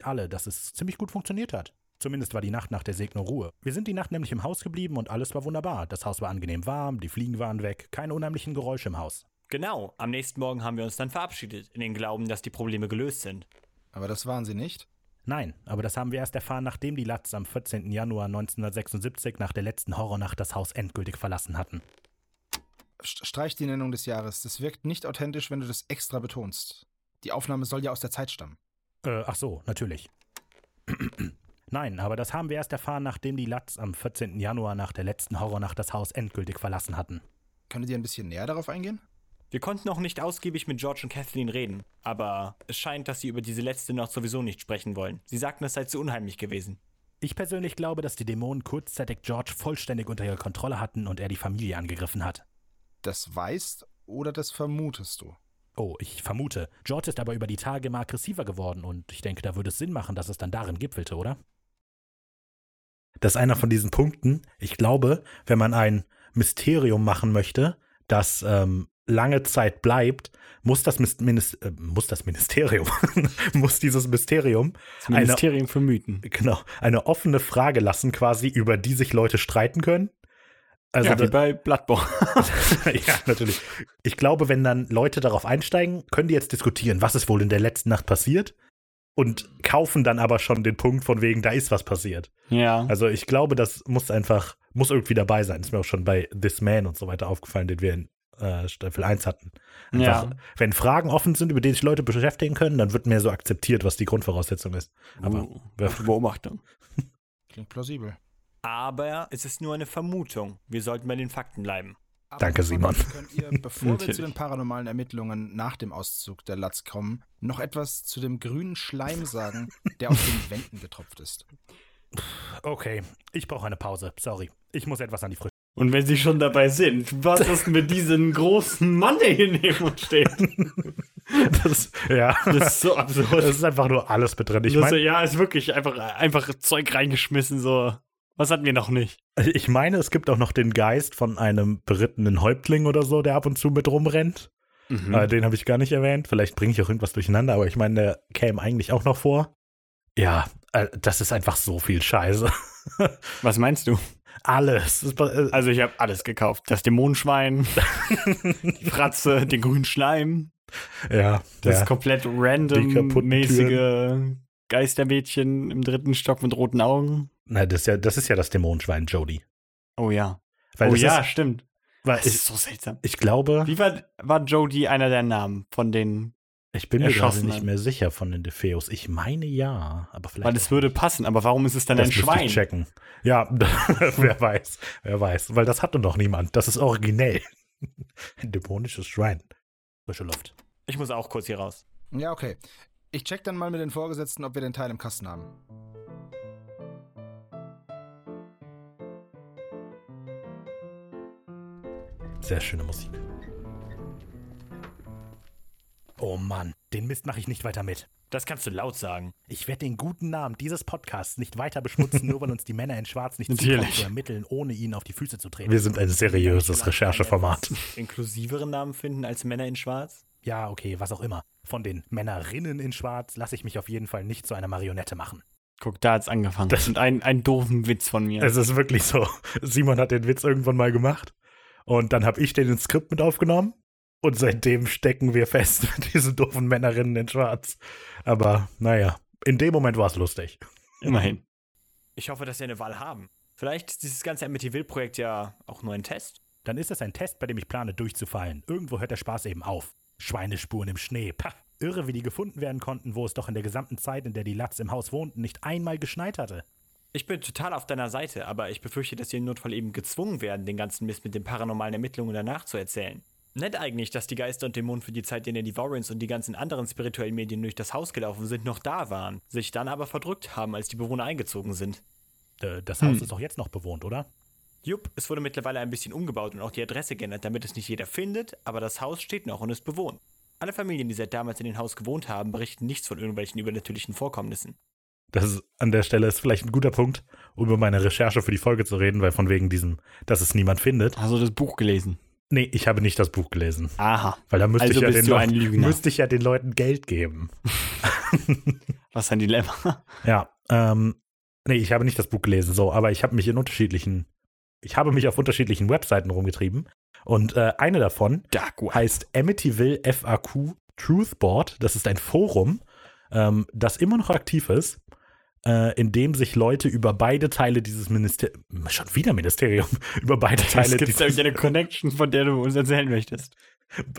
S2: Alle, dass es ziemlich gut funktioniert hat. Zumindest war die Nacht nach der Segnung Ruhe. Wir sind die Nacht nämlich im Haus geblieben und alles war wunderbar. Das Haus war angenehm warm, die Fliegen waren weg, keine unheimlichen Geräusche im Haus.
S1: Genau, am nächsten Morgen haben wir uns dann verabschiedet, in dem Glauben, dass die Probleme gelöst sind.
S3: Aber das waren sie nicht.
S2: Nein, aber das haben wir erst erfahren, nachdem die Latz am 14. Januar 1976 nach der letzten Horrornacht das Haus endgültig verlassen hatten.
S3: St- Streich die Nennung des Jahres. Das wirkt nicht authentisch, wenn du das extra betonst. Die Aufnahme soll ja aus der Zeit stammen.
S2: Äh, ach so, natürlich. Nein, aber das haben wir erst erfahren, nachdem die Latz am 14. Januar nach der letzten Horrornacht das Haus endgültig verlassen hatten.
S3: Könntet ihr ein bisschen näher darauf eingehen?
S1: Wir konnten noch nicht ausgiebig mit George und Kathleen reden, aber es scheint, dass sie über diese letzte Nacht sowieso nicht sprechen wollen. Sie sagten, es sei zu unheimlich gewesen.
S2: Ich persönlich glaube, dass die Dämonen kurzzeitig George vollständig unter ihrer Kontrolle hatten und er die Familie angegriffen hat.
S3: Das weißt oder das vermutest du.
S2: Oh, ich vermute. George ist aber über die Tage immer aggressiver geworden und ich denke, da würde es Sinn machen, dass es dann darin gipfelte, oder? Das ist einer von diesen Punkten. Ich glaube, wenn man ein Mysterium machen möchte, das ähm, lange Zeit bleibt, muss das, Mis Minis äh, muss das Ministerium, muss dieses Mysterium
S8: Das
S2: eine
S8: Ministerium für Mythen.
S2: genau, eine offene Frage lassen, quasi, über die sich Leute streiten können. Also
S8: ja, wie
S2: da-
S8: bei Bloodborne.
S2: ja, natürlich. Ich glaube, wenn dann Leute darauf einsteigen, können die jetzt diskutieren, was ist wohl in der letzten Nacht passiert und kaufen dann aber schon den Punkt von wegen, da ist was passiert.
S8: ja.
S2: Also ich glaube, das muss einfach, muss irgendwie dabei sein. Ist mir auch schon bei This Man und so weiter aufgefallen, den wir in äh, Staffel 1 hatten. Einfach,
S8: Ja.
S2: Wenn Fragen offen sind, über die sich Leute beschäftigen können, dann wird mehr so akzeptiert, was die Grundvoraussetzung ist. Aber
S8: Uh, gute Beobachtung.
S3: Klingt plausibel.
S1: Aber es ist nur eine Vermutung. Wir sollten bei den Fakten bleiben.
S3: Aber
S2: Danke,
S3: bevor-
S2: Simon.
S3: Könnt ihr, bevor wir
S8: Natürlich.
S3: zu den paranormalen Ermittlungen nach dem Auszug der Latz kommen, noch etwas zu dem grünen Schleim sagen, der auf den Wänden getropft ist?
S2: Okay, ich brauche eine Pause. Sorry. Ich muss etwas an die Frische.
S8: Und wenn sie schon dabei sind, was ist mit diesem großen Mann, der hier neben uns steht? Das,
S2: Ja.
S8: das ist so absurd.
S2: Das ist einfach nur alles mit drin. Ich
S8: Das-
S2: meine,
S8: ja, ist wirklich einfach, einfach Zeug reingeschmissen, so. Was hatten wir noch nicht?
S2: Also ich meine, es gibt auch noch den Geist von einem berittenen Häuptling oder so, der ab und zu mit rumrennt.
S8: Mhm.
S2: Äh, den habe ich gar nicht erwähnt. Vielleicht bringe ich auch irgendwas durcheinander, aber ich meine, der käme eigentlich auch noch vor. Ja, äh, das ist einfach so viel Scheiße.
S8: Was meinst du?
S2: Alles. Das, ist- äh,
S8: Also, ich habe alles gekauft: Das Dämonenschwein, die Fratze, den grünen Schleim,
S2: ja,
S8: das
S2: ja.
S8: komplett
S2: Die kaputten
S8: random-mäßige Geistermädchen im dritten Stock mit roten Augen.
S2: Na, das, ist ja, das ist ja das Dämonenschwein, Jody.
S8: Oh ja.
S2: Weil
S8: oh
S2: das
S8: ja,
S2: Ist,
S8: stimmt.
S2: weil
S8: Das ist
S2: ich,
S8: so seltsam.
S2: ich glaube,
S8: Wie war, war Jodie einer der Namen von denen?
S2: ich bin mir gerade
S8: erschossen
S2: nicht
S8: hat.
S2: mehr sicher von den Defeos. Ich meine ja, aber vielleicht.
S8: Weil es würde passen, aber warum ist es dann
S2: das
S8: ein
S2: müsste ich
S8: Schwein?
S2: checken. Ja, wer weiß. Wer weiß. Weil das hatte noch niemand. Das ist originell. Ein dämonisches Schwein. Frische Luft.
S1: Ich muss auch kurz hier raus.
S3: Ja, okay. Ich check dann mal mit den Vorgesetzten, ob wir den Teil im Kasten haben.
S2: Sehr schöne Musik. Oh Mann, den Mist mache ich nicht weiter mit.
S1: Das kannst du laut sagen.
S2: Ich werde den guten Namen dieses Podcasts nicht weiter beschmutzen, nur weil uns die Männer in Schwarz nicht
S8: Natürlich.
S2: zutrauen zu ermitteln, ohne ihnen auf die Füße zu treten. Wir sind ein seriöses Rechercheformat.
S1: Inklusiveren Namen finden als Männer in Schwarz?
S2: Ja, okay, was auch immer. Von den Männerinnen in Schwarz lasse ich mich auf jeden Fall nicht zu einer Marionette machen.
S8: Guck, da hat's angefangen. Das ist ein, ein doofen Witz von mir.
S2: Es ist wirklich so. Simon hat den Witz irgendwann mal gemacht und dann habe ich den ins Skript mit aufgenommen und seitdem stecken wir fest mit diesen doofen Männerinnen in Schwarz. Aber naja, in dem Moment war es lustig.
S8: Immerhin.
S1: Ich hoffe, dass wir eine Wahl haben. Vielleicht ist dieses ganze Amityville-Projekt ja auch nur ein Test.
S2: Dann ist das ein Test, bei dem ich plane, durchzufallen. Irgendwo hört der Spaß eben auf. Schweinespuren im Schnee. Pah. Irre, wie die gefunden werden konnten, wo es doch in der gesamten Zeit, in der die Latz im Haus wohnten, nicht einmal geschneit hatte.
S1: Ich bin total auf deiner Seite, aber ich befürchte, dass wir im Notfall eben gezwungen werden, den ganzen Mist mit den paranormalen Ermittlungen danach zu erzählen. Nett eigentlich, dass die Geister und Dämonen für die Zeit, in der die Warrens und die ganzen anderen spirituellen Medien durch das Haus gelaufen sind, noch da waren, sich dann aber verdrückt haben, als die Bewohner eingezogen sind.
S2: D Äh, das Haus ist doch jetzt noch bewohnt, oder?
S1: Jupp, es wurde mittlerweile ein bisschen umgebaut und auch die Adresse geändert, damit es nicht jeder findet, aber das Haus steht noch und ist bewohnt. Alle Familien, die seit damals in dem Haus gewohnt haben, berichten nichts von irgendwelchen übernatürlichen Vorkommnissen.
S2: Das ist, an der Stelle ist vielleicht ein guter Punkt, um über meine Recherche für die Folge zu reden, weil von wegen diesem, dass es niemand findet.
S8: Hast du das Buch gelesen?
S2: Nee, ich habe nicht das Buch gelesen.
S8: Aha.
S2: Weil da müsste,
S8: Also
S2: ich, ja
S8: bist
S2: den
S8: du ein
S2: Leuten,
S8: Lügner.
S2: müsste ich ja den Leuten Geld geben.
S8: Was ein Dilemma.
S2: Ja, ähm, nee, ich habe nicht das Buch gelesen, so, aber ich habe mich in unterschiedlichen, ich habe mich auf unterschiedlichen Webseiten rumgetrieben und äh, eine davon
S8: Dark Web.
S2: heißt Amityville FAQ Truthboard. Das ist ein Forum, ähm, das immer noch aktiv ist, äh, in dem sich Leute über beide Teile dieses Ministeriums, schon wieder Ministerium, über beide
S8: Es
S2: Teile
S8: gibt
S2: dieses,
S8: irgendeine Connection, von der du uns erzählen möchtest.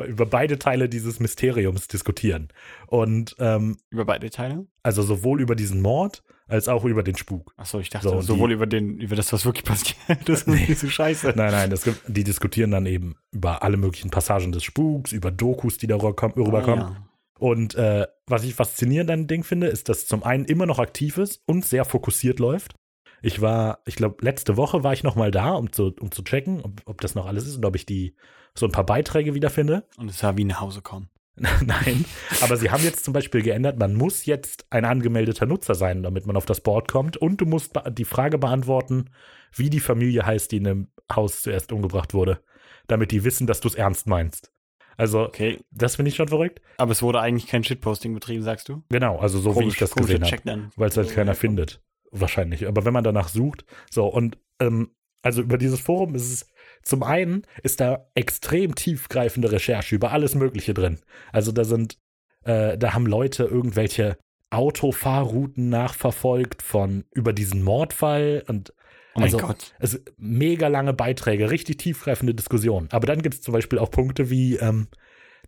S2: über beide Teile dieses Mysteriums diskutieren und ähm,
S8: Über beide Teile?
S2: also sowohl über diesen Mord als auch über den Spuk.
S8: Achso, ich dachte also
S2: So, und
S8: sowohl
S2: die-
S8: über, den, über das, was wirklich passiert ist, und
S2: Nee.
S8: diese Scheiße.
S2: Nein, nein, das gibt, die diskutieren dann eben über alle möglichen Passagen des Spuks, über Dokus, die darüber komm- rüberkommen.
S8: Ah, ja.
S2: Und äh, was ich faszinierend an dem Ding finde, ist, dass es zum einen immer noch aktiv ist und sehr fokussiert läuft. Ich war, ich glaube, letzte Woche war ich nochmal da, um zu, um zu checken, ob, ob das noch alles ist und ob ich die so ein paar Beiträge wiederfinde.
S8: Und es war wie nach Hause kommen.
S2: Nein. Aber sie haben jetzt zum Beispiel geändert, man muss jetzt ein angemeldeter Nutzer sein, damit man auf das Board kommt. Und du musst be- die Frage beantworten, wie die Familie heißt, die in dem Haus zuerst umgebracht wurde, damit die wissen, dass du es ernst meinst. Also,
S8: Okay.
S2: das finde ich schon verrückt.
S8: Aber es wurde eigentlich kein Shitposting betrieben, sagst du?
S2: Genau, also so wie ich das gesehen habe.
S8: Check dann.
S2: Weil es halt keiner findet. Wahrscheinlich. Aber wenn man danach sucht, so und ähm, also über dieses Forum ist es zum einen ist da extrem tiefgreifende Recherche über alles Mögliche drin. Also da sind, äh, da haben Leute irgendwelche Autofahrrouten nachverfolgt von über diesen Mordfall und
S8: Oh mein
S2: also,
S8: Gott.
S2: Es mega lange Beiträge, richtig tiefgreifende Diskussionen. Aber dann gibt es zum Beispiel auch Punkte wie, ähm,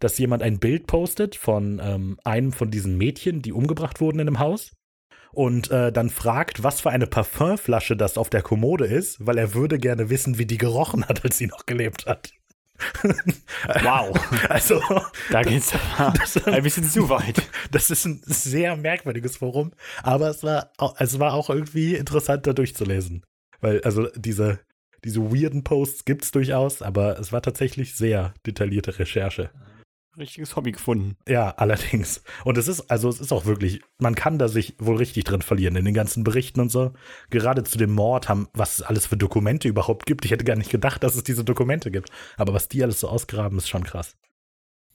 S2: dass jemand ein Bild postet von ähm, einem von diesen Mädchen, die umgebracht wurden in einem Haus. Und äh, dann fragt, was für eine Parfümflasche das auf der Kommode ist, weil er würde gerne wissen, wie die gerochen hat, als sie noch gelebt hat.
S8: Wow,
S2: Also,
S8: da geht's aber ein bisschen zu weit.
S2: das ist ein sehr merkwürdiges Forum, aber es war, au- es war auch irgendwie interessant, da durchzulesen. Weil, also, diese, diese weirden Posts gibt es durchaus, aber es war tatsächlich sehr detaillierte Recherche.
S8: Richtiges Hobby gefunden.
S2: Ja, allerdings. Und es ist, also es ist auch wirklich, man kann da sich wohl richtig drin verlieren, in den ganzen Berichten und so. Gerade zu dem Mord haben, was es alles für Dokumente überhaupt gibt. Ich hätte gar nicht gedacht, dass es diese Dokumente gibt. Aber was die alles so ausgraben, ist schon krass.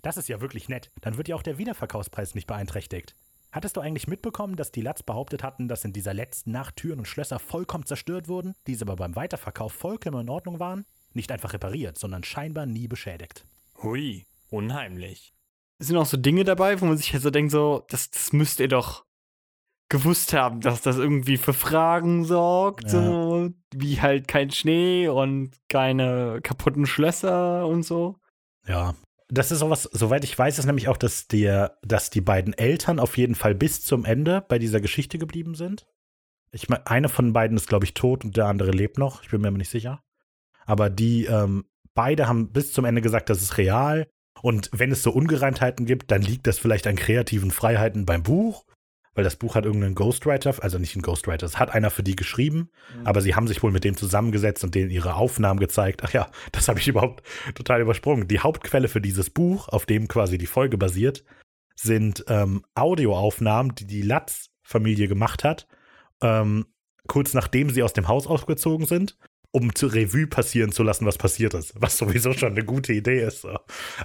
S2: Das ist ja wirklich nett. Dann wird ja auch der Wiederverkaufspreis nicht beeinträchtigt. Hattest du eigentlich mitbekommen, dass die Latz behauptet hatten, dass in dieser letzten Nacht Türen und Schlösser vollkommen zerstört wurden, diese aber beim Weiterverkauf vollkommen in Ordnung waren? Nicht einfach repariert, sondern scheinbar nie beschädigt.
S1: Hui, unheimlich.
S8: Es sind auch so Dinge dabei, wo man sich halt so denkt, so, das, das müsst ihr doch gewusst haben, dass das irgendwie für Fragen sorgt,
S2: Ja.
S8: so, wie halt kein Schnee und keine kaputten Schlösser und so.
S2: Ja. Das ist sowas, soweit ich weiß, ist nämlich auch, dass, der, dass die beiden Eltern auf jeden Fall bis zum Ende bei dieser Geschichte geblieben sind. Ich meine, eine von beiden ist, glaube ich, tot und der andere lebt noch. Ich bin mir aber nicht sicher. Aber die, ähm, beide haben bis zum Ende gesagt, das ist real. Und wenn es so Ungereimtheiten gibt, dann liegt das vielleicht an kreativen Freiheiten beim Buch. Weil das Buch hat irgendeinen Ghostwriter, also nicht einen Ghostwriter, es hat einer für die geschrieben,
S8: Mhm.
S2: aber sie haben sich wohl mit dem zusammengesetzt und denen ihre Aufnahmen gezeigt. Ach ja, das habe ich überhaupt total übersprungen. Die Hauptquelle für dieses Buch, auf dem quasi die Folge basiert, sind ähm, Audioaufnahmen, die die Latz-Familie gemacht hat, ähm, kurz nachdem sie aus dem Haus ausgezogen sind, um zur Revue passieren zu lassen, was passiert ist. Was sowieso schon eine gute Idee ist. so.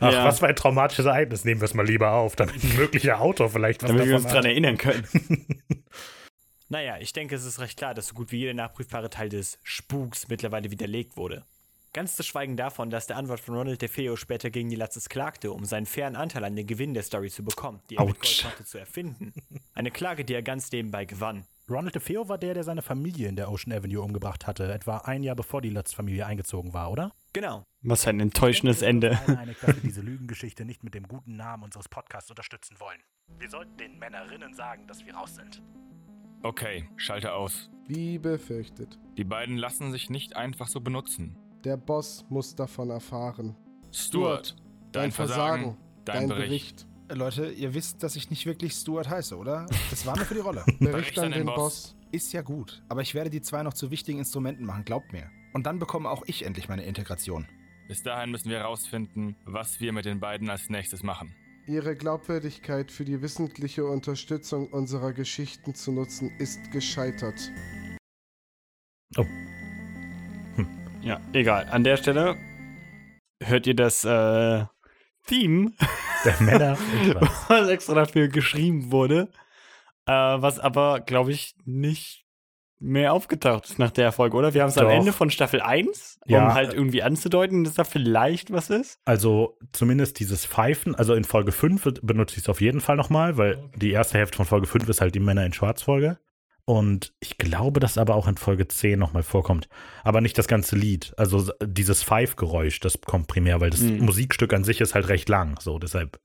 S2: Ach,
S8: Ja.
S2: was für ein traumatisches Ereignis. Nehmen wir es mal lieber auf, damit ein möglicher Autor vielleicht was
S8: Damit wir uns
S2: davon
S8: dran
S2: hat.
S8: erinnern können.
S1: Naja, ich denke, es ist recht klar, dass so gut wie jeder nachprüfbare Teil des Spuks mittlerweile widerlegt wurde. Ganz zu schweigen davon, dass der Anwalt von Ronald DeFeo später gegen die Latzes klagte, um seinen fairen Anteil an den Gewinn der Story zu bekommen, die er mit
S2: Autsch.
S1: Gold machte, zu erfinden. Eine Klage, die er ganz nebenbei gewann.
S2: Ronald DeFeo war der, der seine Familie in der Ocean Avenue umgebracht hatte, etwa ein Jahr bevor die Lutz-Familie eingezogenes war, oder?
S1: Genau.
S8: Was halt ein enttäuschendes Ende.
S2: einig, dass wir diese Lügengeschichte nicht mit dem guten Namen unseres Podcasts unterstützen wollen. Wir sollten den Männerinnen sagen, dass wir raus sind.
S4: Okay, schalte aus.
S9: Wie befürchtet.
S4: Die beiden lassen sich nicht einfach so benutzen.
S9: Der Boss muss davon erfahren.
S4: Stuart, dein, Versagen, dein, Bericht.
S3: Äh, Leute, ihr wisst, dass ich nicht wirklich Stuart heiße, oder? Das war nur für die Rolle.
S4: Bericht an den Boss.
S3: Ist ja gut, aber ich werde die zwei noch zu wichtigen Instrumenten machen, glaubt mir. Und dann bekomme auch ich endlich meine Integration.
S4: Bis dahin müssen wir herausfinden, was wir mit den beiden als nächstes machen.
S9: Ihre Glaubwürdigkeit für die wissentliche Unterstützung unserer Geschichten zu nutzen, ist gescheitert.
S8: Ja, egal. An der Stelle hört ihr das äh, Theme,
S2: Der Männer.
S8: was extra dafür geschrieben wurde, äh, was aber, glaube ich, nicht mehr aufgetaucht ist nach der Erfolg, oder? Wir haben es am
S2: Doch.
S8: Ende von Staffel 1, um
S2: Ja.
S8: halt irgendwie anzudeuten, dass da vielleicht was ist.
S2: also zumindest dieses Pfeifen, also in Folge 5 wird- benutze ich es auf jeden Fall nochmal, weil die erste Hälfte von Folge 5 ist halt die Männer in Schwarz-Folge. Und ich glaube, dass aber auch in Folge 10 nochmal vorkommt. Aber nicht das ganze Lied. Also s- dieses Pfeifgeräusch, das kommt primär, weil das
S8: Mhm.
S2: Musikstück an sich ist halt recht lang. So, deshalb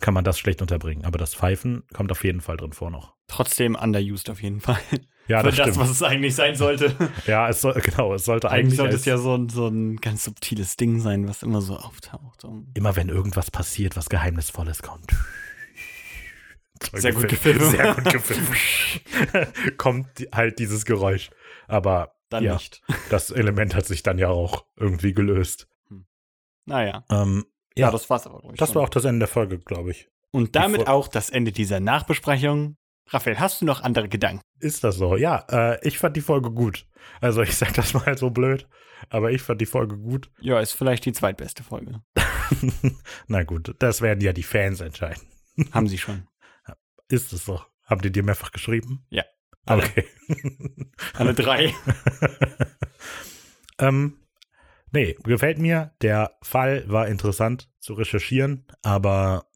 S2: kann man das schlecht unterbringen. Aber das Pfeifen kommt auf jeden Fall drin vor noch.
S8: Trotzdem underused auf jeden Fall.
S2: Ja,
S8: Für
S2: das
S8: das,
S2: stimmt.
S8: was es eigentlich sein sollte.
S2: ja, es soll, genau, es sollte eigentlich,
S8: eigentlich sollte
S2: als-
S8: es ja so ein, so ein ganz subtiles Ding sein, was immer so auftaucht. um Und
S2: immer wenn irgendwas passiert, was Geheimnisvolles kommt.
S8: Sehr gut gefilmt.
S2: Sehr gut gefilmt. kommt die- halt dieses Geräusch. Aber
S8: dann
S2: ja,
S8: nicht.
S2: das Element hat sich dann ja auch irgendwie gelöst.
S8: Naja.
S2: Ähm, ja,
S8: Ja,
S2: das,
S8: das war's aber, glaub ich,
S2: das
S8: schon.
S2: war auch das Ende der Folge, glaube ich.
S8: Und damit
S2: Bevor-
S8: auch das Ende dieser Nachbesprechung. Raphael, hast du noch andere Gedanken?
S2: Ist das so? Ja, äh, ich fand die Folge gut. Also ich sag das mal so blöd, aber ich fand die Folge gut.
S8: Ja, ist vielleicht die zweitbeste Folge.
S2: Na gut, das werden ja die Fans entscheiden.
S8: Haben sie schon.
S2: Ist es so? Habt ihr dir mehrfach geschrieben?
S8: Ja. Alle.
S2: Okay.
S8: Alle drei.
S2: ähm, nee, gefällt mir. Der Fall war interessant zu recherchieren, aber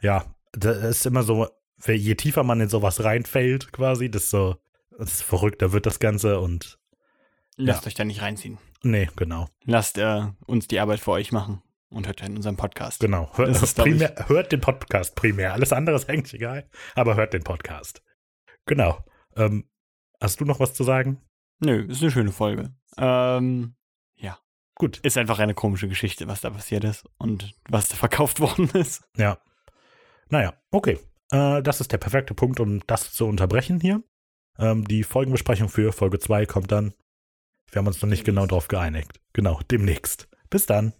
S2: ja, das ist immer so, je tiefer man in sowas reinfällt, quasi, desto desto verrückter wird das Ganze und
S8: Lasst euch da nicht reinziehen.
S2: nee, genau,
S8: Lasst äh, uns die Arbeit für euch machen und hört in unserem Podcast.
S2: genau. Hör,
S8: Das ist, glaub
S2: primär, hört den Podcast primär. Alles andere ist eigentlich egal, aber hört den Podcast. Genau. Ähm, hast du noch was zu sagen?
S8: Nö, ist eine schöne Folge. Ähm,
S2: Gut.
S8: Ist einfach eine komische Geschichte, was da passiert ist und was da verkauft worden ist.
S2: Ja. Naja, okay. Äh, das ist der perfekte Punkt, um das zu unterbrechen hier. Ähm, die Folgenbesprechung für Folge 2 kommt dann. Wir haben uns noch nicht genau darauf geeinigt. Genau, demnächst. Bis dann.